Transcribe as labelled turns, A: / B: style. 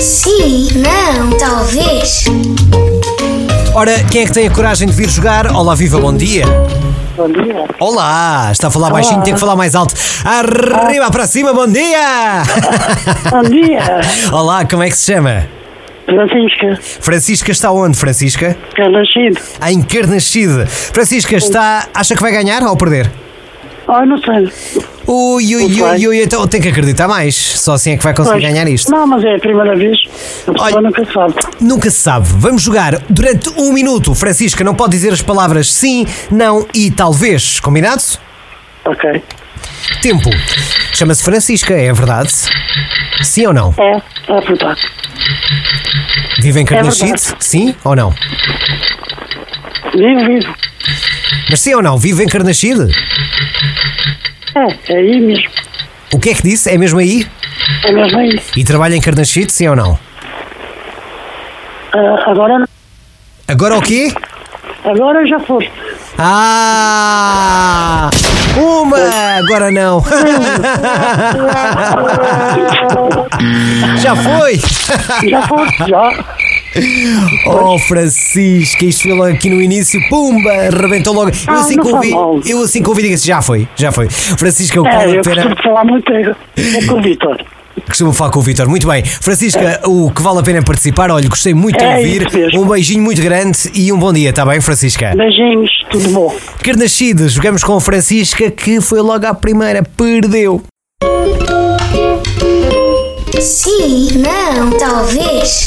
A: Sim, não, talvez.
B: Ora, quem é que tem a coragem de vir jogar? Olá, viva, bom dia.
C: Bom dia.
B: Olá, está a falar baixinho, tem que falar mais alto. Arriba para cima, bom dia!
C: Bom dia.
B: Olá, como é que se chama?
C: Francisca,
B: Francisca está onde, Francisca?
C: é nascido.
B: Em Carnachide. Francisca está. acha que vai ganhar ou perder?
C: Oh, não sei.
B: Ui, ui,
C: Não
B: ui,
C: sei.
B: ui, então tem que acreditar mais. Só assim é que vai conseguir
C: Pois.
B: ganhar isto.
C: Não, mas é a primeira vez. A pessoa
B: Olha.
C: nunca sabe.
B: Nunca se sabe. Vamos jogar durante um minuto. Francisca não pode dizer as palavras sim, não e talvez. Combinado?
C: Ok.
B: Tempo. Chama-se Francisca, é verdade? Sim ou não?
C: É, é verdade.
B: Vive em
C: É
B: Carnachide?
C: verdade.
B: sim ou não?
C: Vivo, vivo.
B: Mas sim ou não? Vive em Carnachide?
C: É, é aí mesmo.
B: O que é que disse? É mesmo aí?
C: É mesmo aí.
B: E trabalha em Carnachide, sim ou não?
C: Ah, agora não.
B: Agora o quê?
C: Agora já foste.
B: Ah! Uma! Agora não! Já foi!
C: Já foste, já.
B: Oh, Francisca, isto foi logo aqui no início, pumba, arrebentou logo. Eu
C: Ah,
B: assim
C: não
B: convi,
C: faz mal.
B: eu assim convi, diga-se, já foi, já foi. Francisca, o
C: É,
B: Paulo
C: eu
B: Pera.
C: costumo falar muito é, é com o Vitor.
B: Costumo falar com o Vitor, muito bem. Francisca, o que vale a pena participar, olha, gostei muito de
C: É
B: ouvir.
C: isso mesmo.
B: Um beijinho muito grande e um bom dia, está bem, Francisca?
C: Beijinhos, tudo bom.
B: Carnachide, jogamos com a Francisca, que foi logo à primeira, perdeu.
A: Sim, não, talvez.